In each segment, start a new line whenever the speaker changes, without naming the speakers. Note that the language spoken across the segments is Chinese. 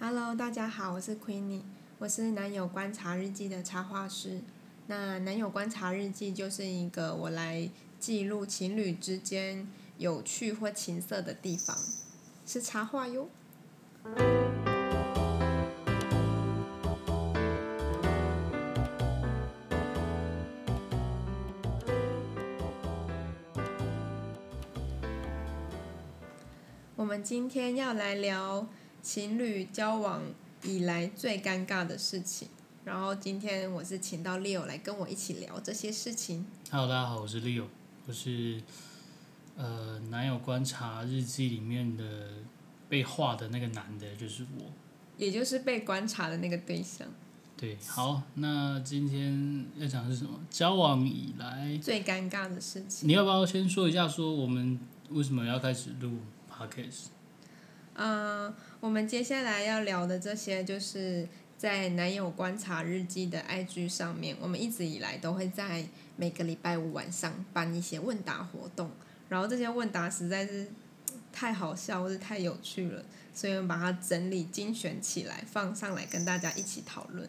Hello，大家好，我是 Queenie，我是男友观察日记的插画师。那男友观察日记就是一个我来记录情侣之间有趣或情色的地方，是插画哟。我们今天要来聊情侣交往以来最尴尬的事情。然后今天我是请到 Leo 来跟我一起聊这些事情。
Hello，大家好，我是 Leo，我是呃男友观察日记里面的被画的那个男的，就是我。
也就是被观察的那个对象，
对，好，那今天要讲的是什么？交往以来，
最尴尬的事情。
你要不要先说一下，说我们为什么要开始录 podcast？
嗯，我们接下来要聊的这些，就是在男友观察日记的 IG 上面，我们一直以来都会在每个礼拜五晚上办一些问答活动，然后这些问答实在是嘖太好笑或是太有趣了，所以我们把它整理精选起来，放上来跟大家一起讨论。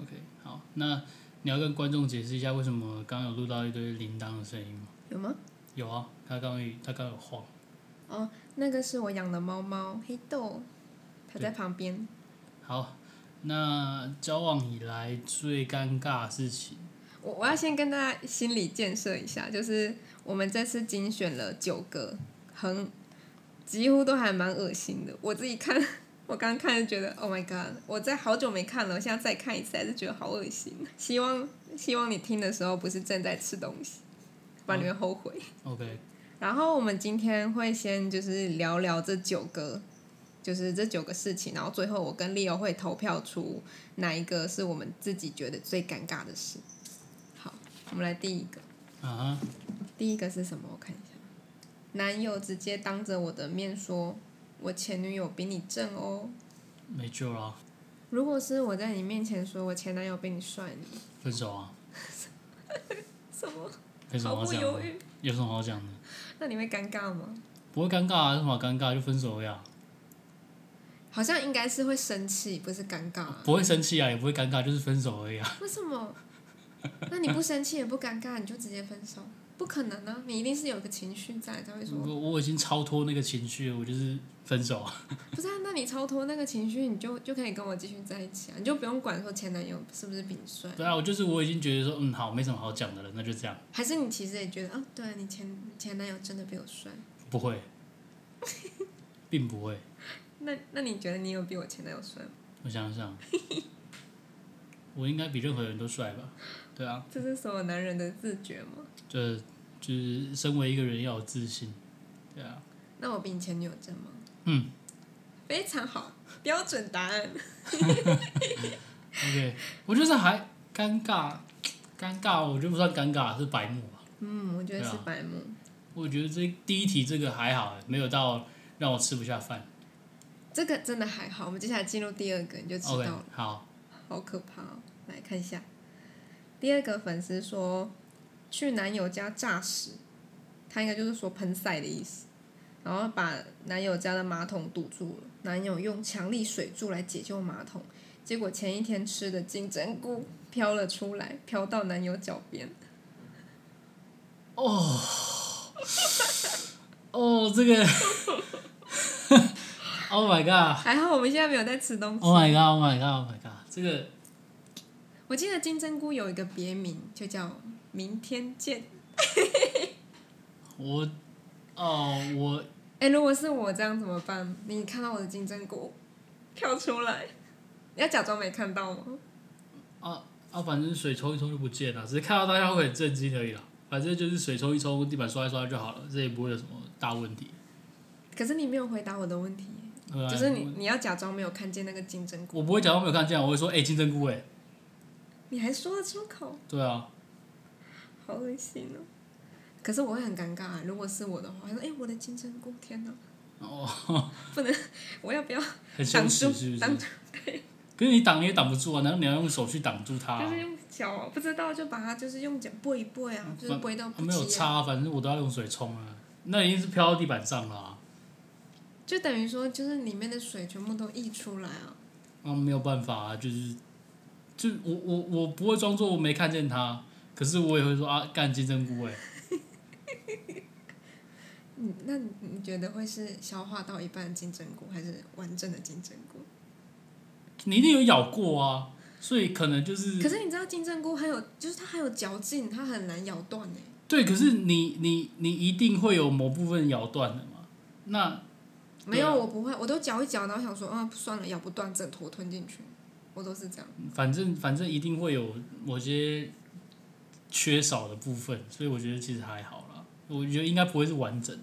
OK，好，那你要跟观众解释一下为什么刚刚有录到一堆铃铛的声音吗？
有吗？
有啊，他刚刚有他刚刚有晃，
哦，那个是我养的猫猫黑豆，它在旁边。
好，那交往以来最尴尬的事情，
我我要先跟大家心理建设一下，就是我们这次精选了九个，很几乎都还蛮恶心的。我自己看， 我刚看就觉得，Oh my god！我在好久没看了，我现在再看一次还是觉得好恶心。希望希望你听的时候不是正在吃东西，不然你会后悔。
OK，
然后我们今天会先就是聊聊这九个，就是这九个事情，然后最后我跟 Leo 会投票出哪一个是我们自己觉得最尴尬的事。好，我们来第一个，
啊哈。
第一个是什么？我看一下，男友直接当着我的面说：“我前女友比你正哦。
没救了啊、”
如果是我在你面前说我前男友比你帅，哦你
分手啊，
什么
有什么
毫
好
不
讲
犹
的？
豫？
有什么好讲的？
那你会尴尬吗？
不会尴尬啊，有什么好尴尬？就分手啊呀、
好像应该是会生气，不是尴尬、
不会生气啊，也不会尴尬，就是分手而已啊。
为什么？那你不生气也不尴尬，你就直接分手？不可能啊！你一定是有个情绪在才会说，
我我已经超脱那个情绪了，我就是分手啊。
不是啊？那你超脱那个情绪，你就就可以跟我继续在一起啊，你就不用管说前男友是不是比你帅，
对啊，我就是我已经觉得说，嗯，好，没什么好讲的了，那就这样。
还是你其实也觉得啊，对啊，你前前男友真的比我帅。
不会，并不会。
那那你觉得你有比我前男友帅吗？
我想 想，我应该比任何人都帅吧？对啊，
这是所有男人的自觉吗？
这就是身为一个人要有自信。对啊，
那我比你前女友正吗？
嗯
非常好，标准答案。
，OK，我就是还尴尬，尴尬，我觉得不算尴尬，是白目吧。
嗯，我觉得是
啊
白目。
我觉得这第一题这个还好，没有到让我吃不下饭。
这个真的还好，我们接下来进入第二个，你就知道
OK，
了。
好，
好可怕、哦！来看一下，第二个粉丝说去男友家诈屎，他应该就是说喷塞的意思，然后把男友家的马桶堵住了，男友用强力水柱来解救马桶，结果前一天吃的金针菇飘了出来，飘到男友脚边。
哦，这个 ，Oh my God，Oh
还好我们现在没有在吃东西。
my God，Oh my God，Oh my God，这个
我记得金针菇有一个别名，就叫明天见。
我，哦，我
哎、如果是我这样怎么办？你看到我的金针菇跳出来，你要假装没看到吗？
啊，反正水冲一冲就不见了，只是看到大家会很震惊而已啦。反正就是水冲一冲，地板刷一刷就好了，这也不会有什么大问题。
可是你没有回答我的问题，
对啊
就是你你要假装没有看见那个金针菇，
我不会假装没有看见啊，我会说，哎、金针菇、哎，
你还说得出口，
对啊，
好恶心哦。可是我会很尴尬、啊如果是我的话，我说哎、我的金针菇，天哪，
哦，
我要不要？
很羞耻
挡住
是不
挡
是？ 可是你挡也挡不住啊，难道你要用手去挡住它、
就是用脚啊，不知道就把它就是用脚拨一拨啊，就是拨到
啊
不
没有
起眼，
擦，反正我都要用水冲啊，那已经是飘到地板上了啊、
就等于说就是里面的水全部都溢出来啊。
啊，没有办法啊，就是，就我我我不会装作我没看见他，可是我也会说啊，干金针菇哎、
嗯，那你你觉得会是消化到一半的金针菇，还是完整的金针菇？
你一定有咬过啊，所以可能就是
可是你知道金针菇还有，就是它还有嚼劲，它很难咬断哎。
对，可是你你你一定会有某部分咬断的嘛，那
没有，我不会，我都嚼一嚼，然后想说，啊，算了，咬不断，整坨吞进去，我都是这样。
反正反正一定会有某些缺少的部分，所以我觉得其实还好啦，我觉得应该不会是完整的，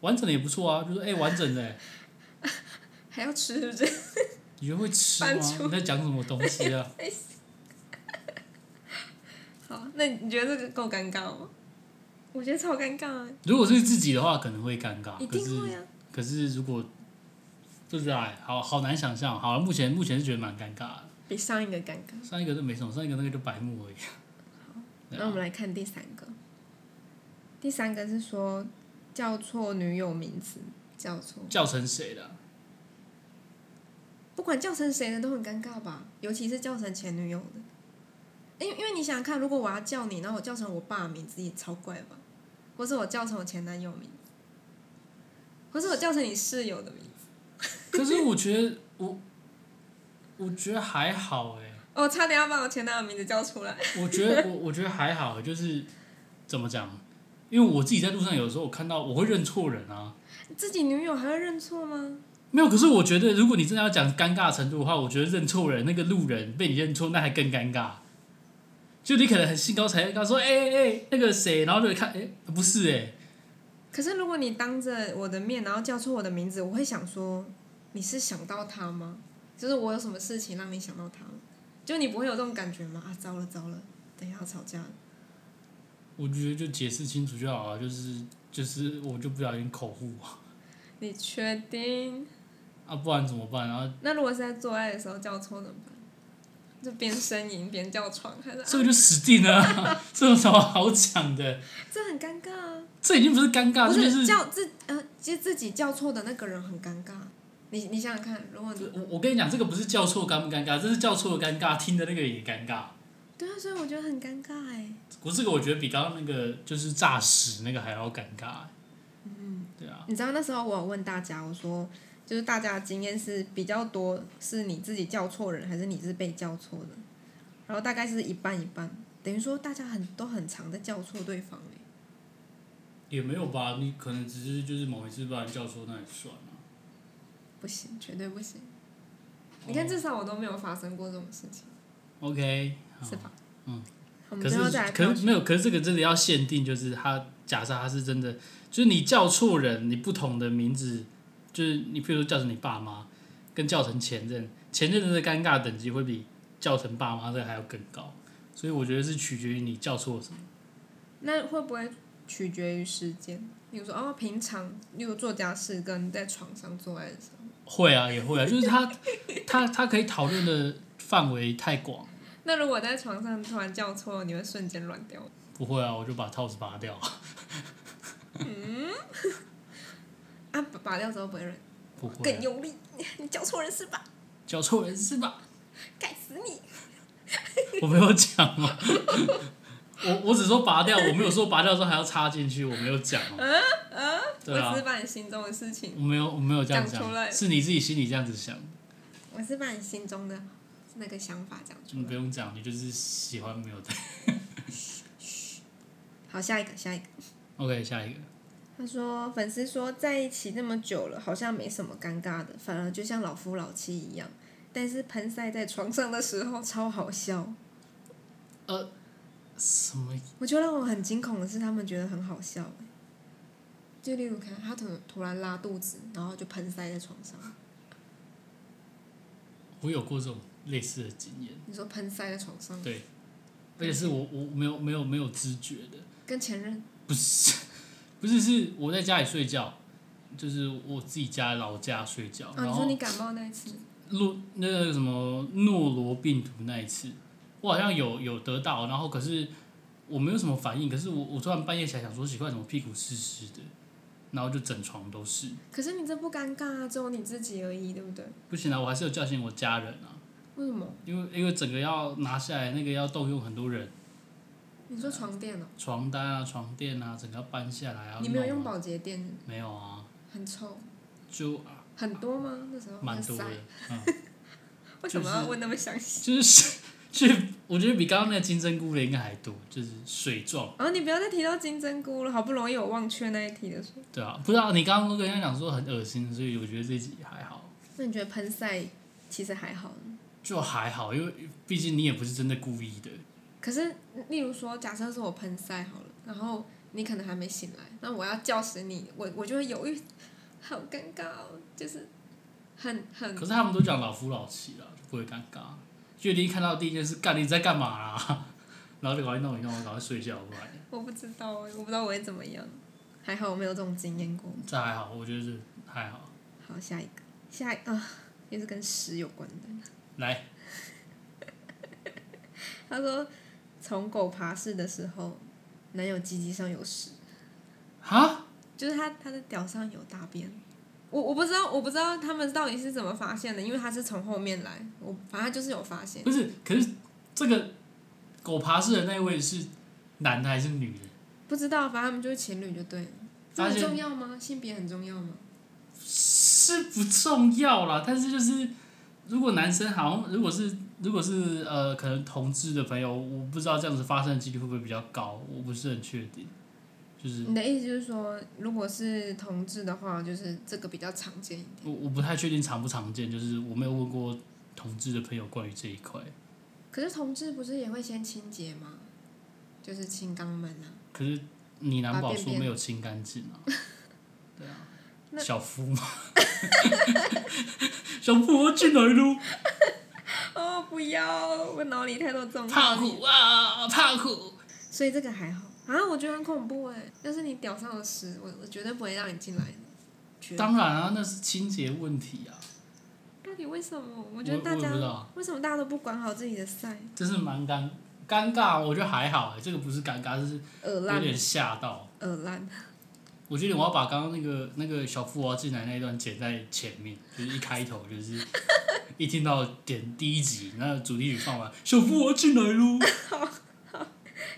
完整的也不错啊，就是哎、完整的、欸，
还要吃是不是？
你觉得会吃
翻
吗？你在讲什么东西啊？
好，那你觉得这个够尴尬吗？我觉得超尴尬啊，
如果是自己的话，可能会尴尬，
一
可
定
是
会啊。
可是如果不知道哎，好好难想象。好了，目前目前是觉得蛮尴尬的。
比上一个尴尬。
上一个都没什么，上一个那个就白目而已。对啊
那我们来看第三个，第三个是说叫错女友名字，叫错，
叫成谁的啊、
不管叫成谁的都很尴尬吧，尤其是叫成前女友的。因为因为你想想看，如果我要叫你，然后我叫成我爸的名字也超怪吧，或是我叫成我前男友名字，或是我叫成你室友的名字，
可是我觉得我，我觉得还好哎、
哦，差点要把我前男友名字叫出来。
我觉得我我觉得还好，就是怎么讲？因为我自己在路上有时候我看到我会认错人啊，
自己女友还会认错吗？
没有。可是我觉得如果你真的要讲尴尬程度的话，我觉得认错人那个路人被你认错那还更尴尬。就你可能很兴高采烈地跟他说：“哎哎哎，那个谁？”然后就看，哎、不是哎、
可是如果你当着我的面，然后叫错我的名字，我会想说，你是想到他吗？就是我有什么事情让你想到他吗？就你不会有这种感觉吗？啊，糟了糟了，等一下要吵架了。
我觉得就解释清楚就好了，就是就是我就不小心口误啊
你确定？
啊，不然怎么办？然后
那如果是在做爱的时候叫错怎么办？就边呻吟边叫床，还是、
这个就死定了 啊、这有什么好讲的？
这很尴尬啊！
这已经不是尴尬，
不
啊这就是是
叫自呃，其实自己叫错的那个人很尴尬。你你想想看，如果你
我我跟你讲，这个不是叫错尴不尴尬，这是叫错的尴尬，听的那个也尴尬。
对啊，所以我觉得很尴尬哎。
我这个我觉得比刚刚那个就是诈死那个还要尴尬。嗯，对啊，
你知道那时候我有问大家，我说就是大家的经验是比较多，是你自己叫错人，还是你是被叫错的？然后大概是一半一半，等于说大家很都很常在叫错对方、欸、
也没有吧，你可能只是就是某一次把人叫错，那也算了、
不行，绝对不行。你
哦
看，至少我都没有发生过这种事情，
o k 好
是。吧？
嗯。
我们
可
最后
是
再来
可
挑
是没有，可是这个真的要限定，就是他假设他是真的，就是你叫错人，你不同的名字，就是你譬如说叫成你爸妈，跟叫成前任，前任的尴尬等级会比叫成爸妈这个还要更高，所以我觉得是取决于你叫错什么。
那会不会取决于时间？比如说，哦，平常，例如做家事跟在床上做爱的时候，
会啊，也会啊，就是他他他可以讨论的范围太广，
那如果在床上突然叫错，你会瞬间乱掉吗。
不会啊，我就把套子拔掉，
啊，拔拔掉之后不会软
不会、
更
啊，
用力， 你叫错人是吧？
叫错人是吧？
该死你！
我没有讲哦， 我我只说拔掉，我没有说拔掉之后还要插进去，我没有讲哦。
我
对啊嗯
只是，把你心中的事情，
我没有我没有这样
讲出来
是你自己心里这样子想，
我是把你心中的那个想法讲出
你不
来。
用讲，你就是喜欢没有的。
好，下一个，下一个。
OK，下一个，
他说，粉丝说在一起那么久了，好像没什么尴尬的，反而就像老夫老妻一样。但是喷晒在床上的时候超好笑，
什么？
我觉得让我很惊恐的是，他们觉得很好笑、欸就例如看他突突然拉肚子，然后就喷塞在床上。
我有过这种类似的经验，
你说喷塞在床上，
对，而且是我我没有没有没有知觉的。
跟前任
不是，不是，是我在家里睡觉，就是我自己家老家睡觉，
啊？
然
你说
后
你感冒那一次，
诺那个什么诺罗病毒那一次，我好像有有得到，然后可是我没有什么反应，可是我我突然半夜起来想说奇怪，怎么屁股湿湿的，然后就整床都是。
可是你这不尴尬啊，只有你自己而已，对不对？
不行啊，我还是有叫醒我家人啊，
为什么？
因为因为整个要拿下来，那个要动用很多人，
你说床垫哦、
床单啊、床垫啊，整个要搬下来啊。
你没有
弄
用
啊？
保洁垫，
没有啊，
很臭，
就
很多吗？那时候
啊蛮多的
哇塞，
嗯，
为什么
就
要
是
问那么详细？
就是去，我觉得比刚刚那个金针菇的应该还多，就是水状，
然后哦你不要再提到金针菇了，好不容易我忘却那一题的时候。
对啊，不知道你刚刚都跟人家讲说很恶心，所以我觉得这集还好。
那你觉得喷晒其实还好呢？
就还好，因为毕竟你也不是真的故意的，
可是，例如说，假设是我喷塞好了，然后你可能还没醒来，那我要叫醒你，我我就会犹豫，好尴尬哦，就是很很
可是他们都讲老夫老妻了，就不会尴尬。就一定看到第一件事，干你在干嘛啦？ 然后就赶快弄一弄，赶快睡觉，不然
我不知道哎，我不知道我会怎么样。还好我没有这种经验过。
这还好，我觉得是还好。
好，下一个，下一啊、也是跟屎有关的。
来，
他说，从狗爬式的时候，男友鸡鸡上有屎，
哈，
就是他他的屌上有大便。我我不知道，我不知道他们到底是怎么发现的，因为他是从后面来，我反正他就是有发现。
不是，可是这个狗爬式的那位是男的还是女的？
不知道，反正他们就是情侣就对了。这
发
很
现
重要吗？性别很重要吗？
是不重要啦，但是就是如果男生好像如果是如果是呃可能同志的朋友，我不知道这样子发生的几率会不会比较高，我不是很确定。就是
你的意思就是说，如果是同志的话，就是这个比较常见一点。
我我不太确定常不常见，就是我没有问过同志的朋友关于这一块。
可是同志不是也会先清洁吗？就是清肛门啊。
可是你难
把
保
便
说
便
没有清干净 啊？对啊，
那
小夫嘛， 小夫我进来喽，
哦，不要，我脑里太多这种
怕
画面，
苦啊，怕苦。
所以这个还好啊。我觉得很恐怖哎，要是你屌上有屎，我我绝对不会让你进来的。绝
当然啊，那是清洁问题啊，
到底为什么？
我
我觉得大
我也不
家
知道，
为什么大家都不管好自己的塞，
真是蛮尴尴尬。我觉得还好、欸，这个不是尴尬，是
耳
有
烂
点吓到。
耳烂。
我觉得我要把刚刚那个那个小富豪进来那一段剪在前面，就是一开头就是一听到点第一集，那主题曲放完，小富豪进来喽，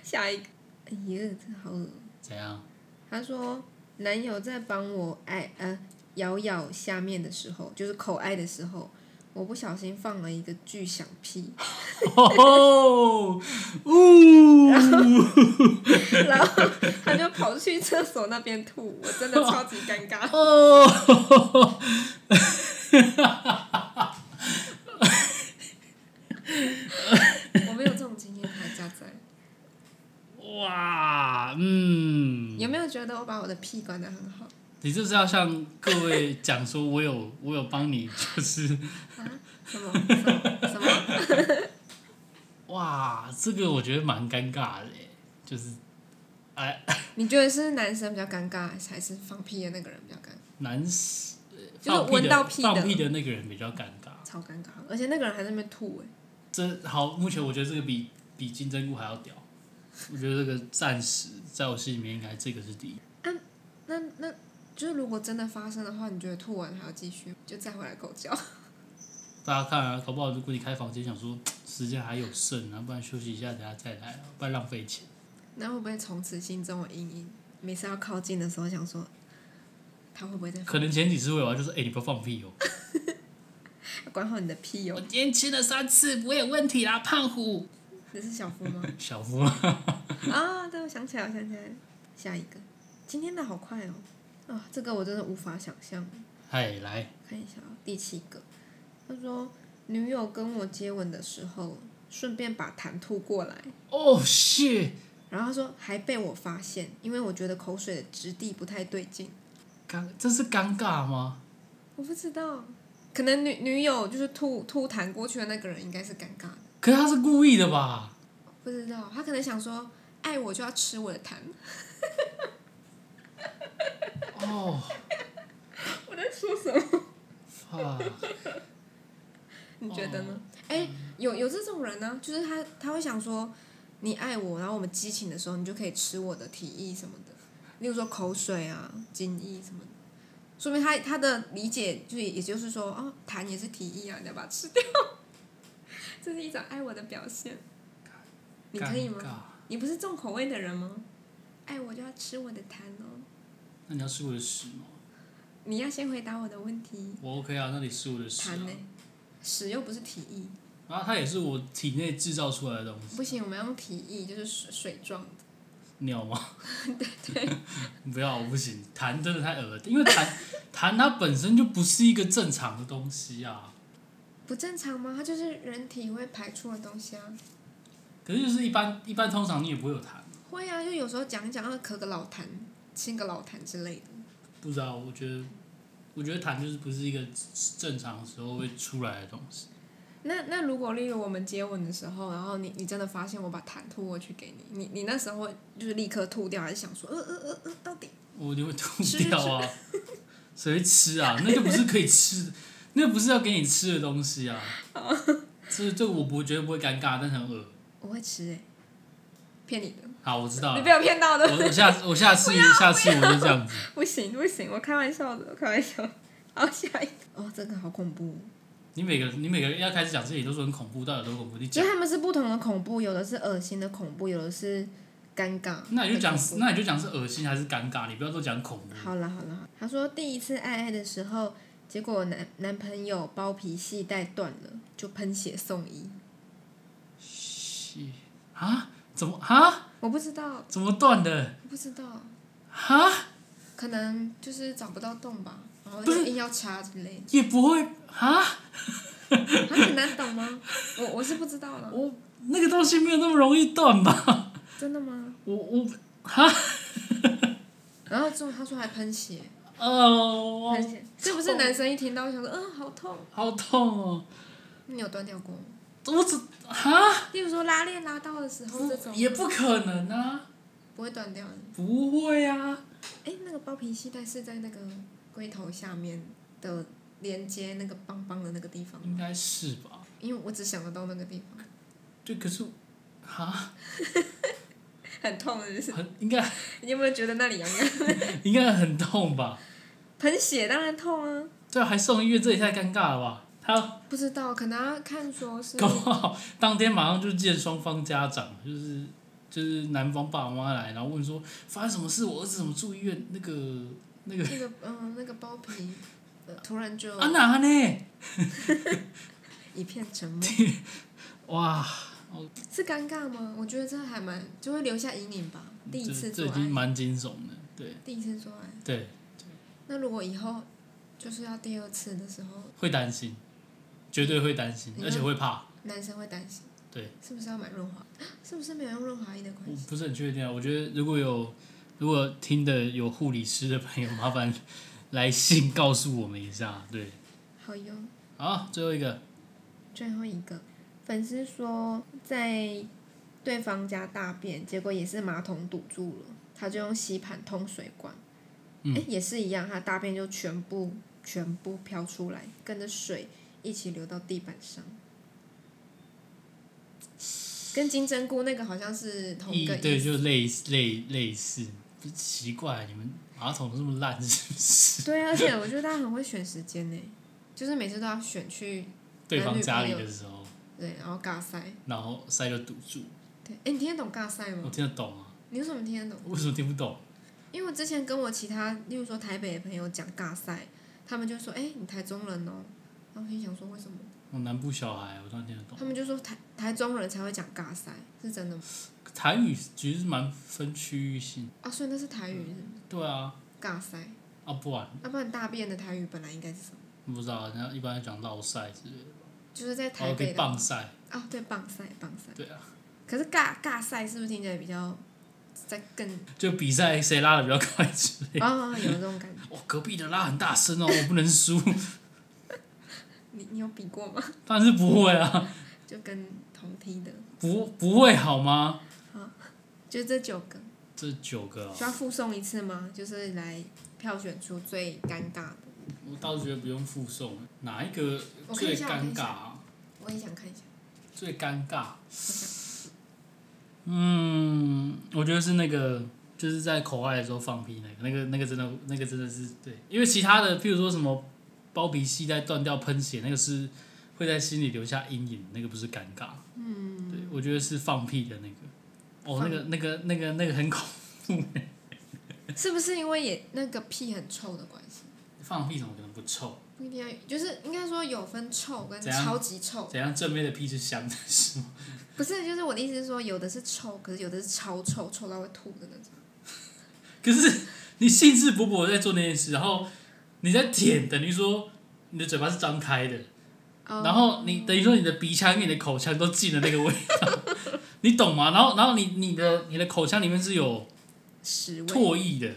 下一个，哎呀，这好恶。
怎样？
他说，男友在帮我爱呃咬咬下面的时候，就是口爱的时候，我不小心放了一个巨响 屁，
哦，呜，
然后他就跑去厕所那边吐，我真的超级尴 尬。
哦，
我没有这种经验，还加在。
哇，嗯，
有没有觉得我把我的屁管得很好？
你就是要向各位讲说，我有我有帮你，就是
什么什么什么？
哇，这个我觉得蛮尴尬的耶，就是
你觉得是男生比较尴尬，还是放屁的那个人比较尴尬？
男士
就是
放屁
闻
的
到屁的
放屁的那个人比较尴尬。
超尴尬，而且那个人还在那边吐哎、
这好，目前我觉得这个比比金针菇还要屌。我觉得这个暂时在我心里面应该这个是第一。
那那就是如果真的发生的话，你觉得吐完还要继续，就再回来狗叫？
大家看啊，搞不好如果你开房间想说时间还有剩啊，不然休息一下，等下再来啊，不然浪费钱。
那会不会从此心中有阴影？每次要靠近的时候，想说他会不会在
可能前几次会玩，就是哎、你不要放屁哦。
管好你的屁哦哟、
今天吃了三次，不会有问题啦，胖虎。
你是 小夫吗？
小夫啊，
啊，对，我想起来，我想起来了，下一个，今天的好快哦，啊，这个我真的无法想象。
哎来，
看一下哦第七个，他说女友跟我接吻的时候，顺便把痰吐过来，
哦、shit，
然后他说还被我发现，因为我觉得口水的质地不太对劲。
尴，这是尴尬吗？
我不知道，可能女女友就是吐吐痰过去的那个人应该是尴尬的，
可是他是故意的吧？
不知道他可能想说爱我就要吃我的痰，
哦、
我在说 什么？
fuck，
你觉得呢？哎、有有这种人呢、就是他他会想说你爱我，然后我们激情的时候你就可以吃我的体液什么的，例如说口水啊、精液什么的，说明他他的理解就是，也就是说，哦，痰也是体液啊，你要把它吃掉， 这是一种爱我的表现。你可以
尴
吗？
尬
你不是重口味的人吗？爱我就要吃我的痰哦。
那你要吃我的屎吗？
你要先回答我的问题，
我 OK 啊，那你吃我的屎
痰
啊
呢？屎又不是体液，
然后它也是我体内制造出来的东西，
不行，我们要用体液，就是水水状的。
尿吗？ 对对，不要，我不行，痰真的太恶了，因为痰 痰它本身就不是一个正常的东西啊。
不正常吗？它就是人体会排出的东西啊。
可是就是一般一般通常你也不会有痰，
会啊，就有时候讲一讲，啊，咳个老痰，清个老痰之类的。
不知道，我觉得我觉得痰就是不是一个正常时候会出来的东西，
那那如果例如我们接吻的时候，然后你你真的发现我把痰吐过去给你，你你那时候就是立刻吐掉，还是想说呃呃呃呃到底？
我就会吐掉啊，谁会吃啊？那就不是可以吃的，那不是要给你吃的东西啊。这这我不觉得不会尴尬，但很恶。
我会吃哎、骗你的，
好，我知道
你
了
被。我骗到的，
我我下次我下次下次我就这样子。
不行不行，我开玩笑的，我开玩笑。好，下一个哦，这个好恐怖、哦。
你每个你每个要开始讲自己都说很恐怖，到底有多恐怖？你
其
讲
实，他们是不同的恐怖，有的是恶心的恐怖，有的是尴尬。
那你就讲
的恐，怖
那你就讲是恶心还是尴尬，你不要都讲恐怖。
好了好了，好他说第一次爱爱的时候，结果男男朋友包皮系带断了，就喷血送医。
是啊？怎么啊？
我不知道，
怎么断的？
我不知道，
啊？
可能就是找不到洞吧，然后
不
就是硬要插之 类
也不会啊？
的，他很难懂吗？我我是不知道了，
我那个东西没有那么容易断吧？
真的吗？
我我
然后之后他说还喷血，
呃，我
喷血，这不是男生一听到就想说，嗯，好痛，
好痛哦！
你有断掉过吗？
我只啊，
例如说拉链拉到的时候，这
不
种
也不可能啊，
不会断掉的。
不会啊。
哎，那个包皮系带是在那个龟头下面的连接那个邦邦的那个地方
应
吗？
该是吧？
因为我只想得到那个地方，
就可是啊，
很痛是不是？
很应该
你有没有觉得那里痒 痒？
应该很痛吧？
喷血当然痛啊！
对啊，还送医院，这也太尴尬了吧？他
不知道，可能要看说是
搞不好当天马上就见双方家长，就是就是男方爸妈来，然后问说发生什么事，我儿子怎么住医院？那个那个
那个嗯那个包皮、呃突然就
啊哪呢？
一片沉 默，
哇，
是尴尬吗？我觉得这还蛮就会留下阴影吧。第一次
这
做
这已经
爱，
蛮惊悚的，对
第一次做爱，
对，
那如果以后就是要第二次的时候，
会担心，绝对会担心，
你
而且会怕。
男生会担心，
对，
是不是要买润滑？是不是没有用润滑液的关
我
系？
不是很确定啊，我觉得如果有如果听的有护理师的朋友，麻烦来信告诉我们一下。对，
好用。
好，最后一个，
最后一个粉丝说，在对方家大便，结果也是马桶堵住了，他就用吸盘通水管，哎、
嗯
也是一样，他大便就全部全部飘出来，跟着水一起流到地板上。跟金针菇那个好像是同
一
个
对
意思
就类似类类似，不奇怪，你们马桶这么烂是不是？
对，而且我觉得他很会选时间呢，就是每次都要选去
对方家里的时候，
对，然后尬塞。
然后塞就堵住，
对，哎，你听得懂尬塞
我
吗？
听得懂啊，
你为什么听得懂？
为什么听不懂？
因为我之前跟我其他，例如说台北的朋友讲尬赛，他们就说：“哎、你台中人哦。”然后我心想说：“为什么
我南部小孩，我当然听得？”懂。
他们就说台台中人才会讲尬赛，是真的吗？
台语其实蛮分区域性，
啊，所以那是台语是吗
对啊，
尬赛，
啊不然
要、不然大便的台语本来应该是什么？
不知道，人家一般讲绕赛之类的，
就是在
然
台
后可
北
以
的啊、
哦棒赛，
对，棒赛棒赛。
对啊，
可是尬尬赛是不是听起来比较在 更
就比赛谁拉的比较快之类的。
啊、有这种感觉？
哦，隔壁的拉很大声哦，我不能输，
你你有比过吗？
但是不会啊，
就跟同梯的，
不不会好吗？
就这九个，
这九个、哦，
需要附送一次吗？就是来票选出最尴尬的。
我倒是觉得不用附送，哪一个
我看一
最
下我看
尴
一
尬
下
啊？
我也想看一下。
最尴尬，
我想
嗯，我觉得是那个就是在口外的时候放屁那个，那个那个真的那个真的是对，因为其他的，譬如说什么包皮系带断掉喷血，那个是会在心里留下阴影，那个不是尴尬。嗯，对，我觉得是放屁的那个，哦，那个那个那个那个很恐，
是不是因为也那个屁很臭的关系？
放屁怎么可能不臭？
不一定要，就是应该说有分臭跟
怎样
超级臭，
怎样正面的屁是香的是吗？
不是，就是我的意思是说，有的是臭，可是有的是超臭，臭到会吐的那种。
可是你兴致勃勃地在做那件事，然后你在舔，等于说你的嘴巴是张开的，
哦
然后你等于说你的鼻腔跟你的口腔都进了那个味道， 你懂吗？然后然后你你的你的口腔里面是有
屎味，
唾液的，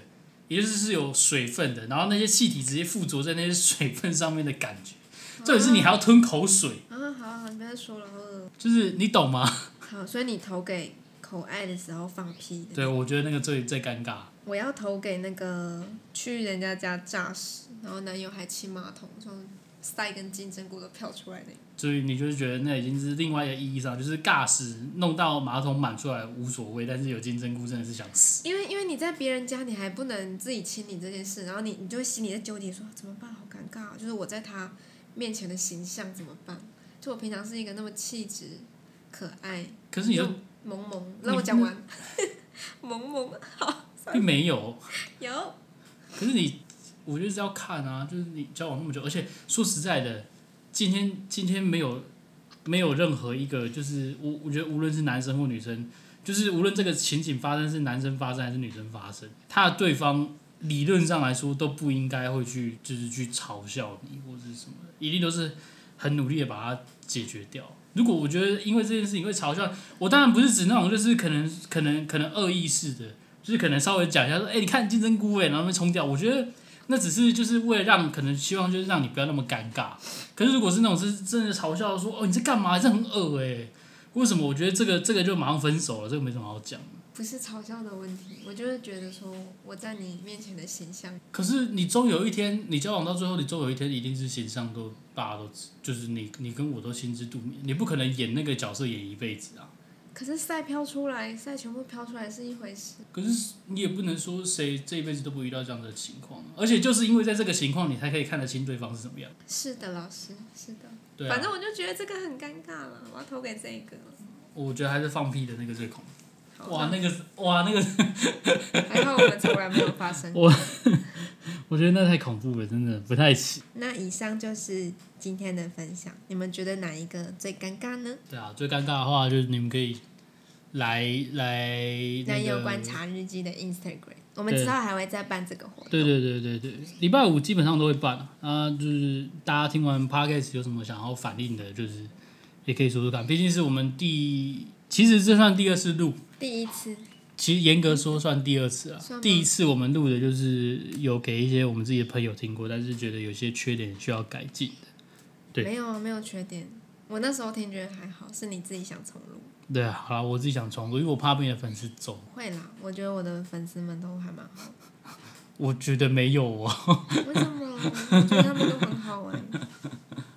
也就是是有水分的，然后那些气体直接附着在那些水分上面的感觉。重点是你还要吞口水，
啊，好好，你不要再说了，好恶
就是你懂吗？
好，所以你投给口爱的时候放屁的，
对，我觉得那个最最尴尬。
我要投给那个去人家家诈尸，然后男友还亲马桶，说塞一根金针菇都飘出来那个。
所以你就是觉得那已经是另外一个意义上，就是尬死弄到马桶满出来无所谓，但是有金针菇真的是想死。
因为因为你在别人家，你还不能自己清理这件事，然后你你就会心里在纠结说怎么办，好尴尬、哦，就是我在他面前的形象怎么办？就我平常是一个那么气质、可爱、
可是你又
萌萌，
你
让我讲完， 萌萌
并没有，啊
有
可是你我觉得是要看啊，就是你交往那么久，而且说实在的，今天今天没有没有任何一个就是我我觉得无论是男生或女生，就是无论这个情景发生是男生发生还是女生发生，他的对方理论上来说都不应该会去就是去嘲笑你或者是什么的，一定都是很努力的把它解决掉。如果我觉得因为这件事情会嘲笑我，当然不是指那种就是可能可能可能恶意式的，就是可能稍微讲一下说，哎、你看金针菇哎，然后被冲掉。我觉得那只是就是为了让可能希望就是让你不要那么尴尬。可是如果是那种是真的嘲笑说，哦你在干嘛？这很恶哎、为什么？我觉得这个这个就马上分手了，这个没什么好讲。
不是嘲笑的问题，我就是觉得说我在你面前的形象，
可是你终有一天，你交往到最后，你终有一天一定是形象都大家都知就是你你跟我都心知肚明，你不可能演那个角色演一辈子啊。
可是晒飘出来，晒全部飘出来是一回事。
可是你也不能说谁这一辈子都不遇到这样的情况，而且就是因为在这个情况，你才可以看得清对方是怎么样。
是的，老师，是的。
对啊
反，正我就觉得这个很尴尬了，我要投给这一个了。
我觉得还是放屁的那个最恐怖。
好
哇，那个是哇那个是，
还好我们从来没有发生。
我觉得那太恐怖了，真的不太行。
那以上就是今天的分享，你们觉得哪一个最尴尬呢？
对啊，最尴尬的话就是你们可以来来
男
那
友
个。
观察日记的 Instagram，我们
对
之后还会再办这个活动。
对对对对对，礼拜五基本上都会办啊。啊就是大家听完 podcast 有什么想要反映的，就是也可以说说看。毕竟是我们第，其实这算第二次录，
第一次，
其实严格说算第二次啊
算。吗
第一次我们录的就是有给一些我们自己的朋友听过，但是觉得有些缺点需要改进的。对
没有啊没有缺点。我那时候听觉得还好，是你自己想重录。
对啊，好啦，我自己想重录，因为我怕被你的粉丝走。
会啦，我觉得我的粉丝们都还蛮好。
我 觉得没有哦。
为什么？我觉得他们都很好玩。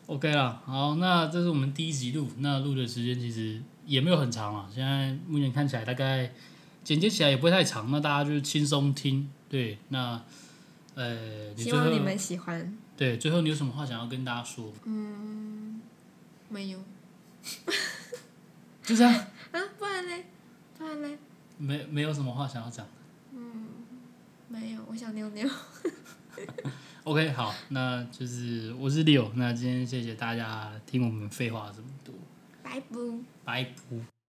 OK 啦，好，那这是我们第一集录，那录的时间其实也没有很长啊，现在目前看起来大概剪接起来也不会太长，那大家就是轻松听，对，那呃，你
希
最后
望你们喜欢。
对最后你有什么话想要跟大家说？
没有
就这样，
啊？不然嘞？不然嘞？
没没有什么话想要讲。
没有，我想妞妞。
OK，好，那就是我是 Leo，那今天谢谢大家听我们废话这么多，
拜拜。
拜拜。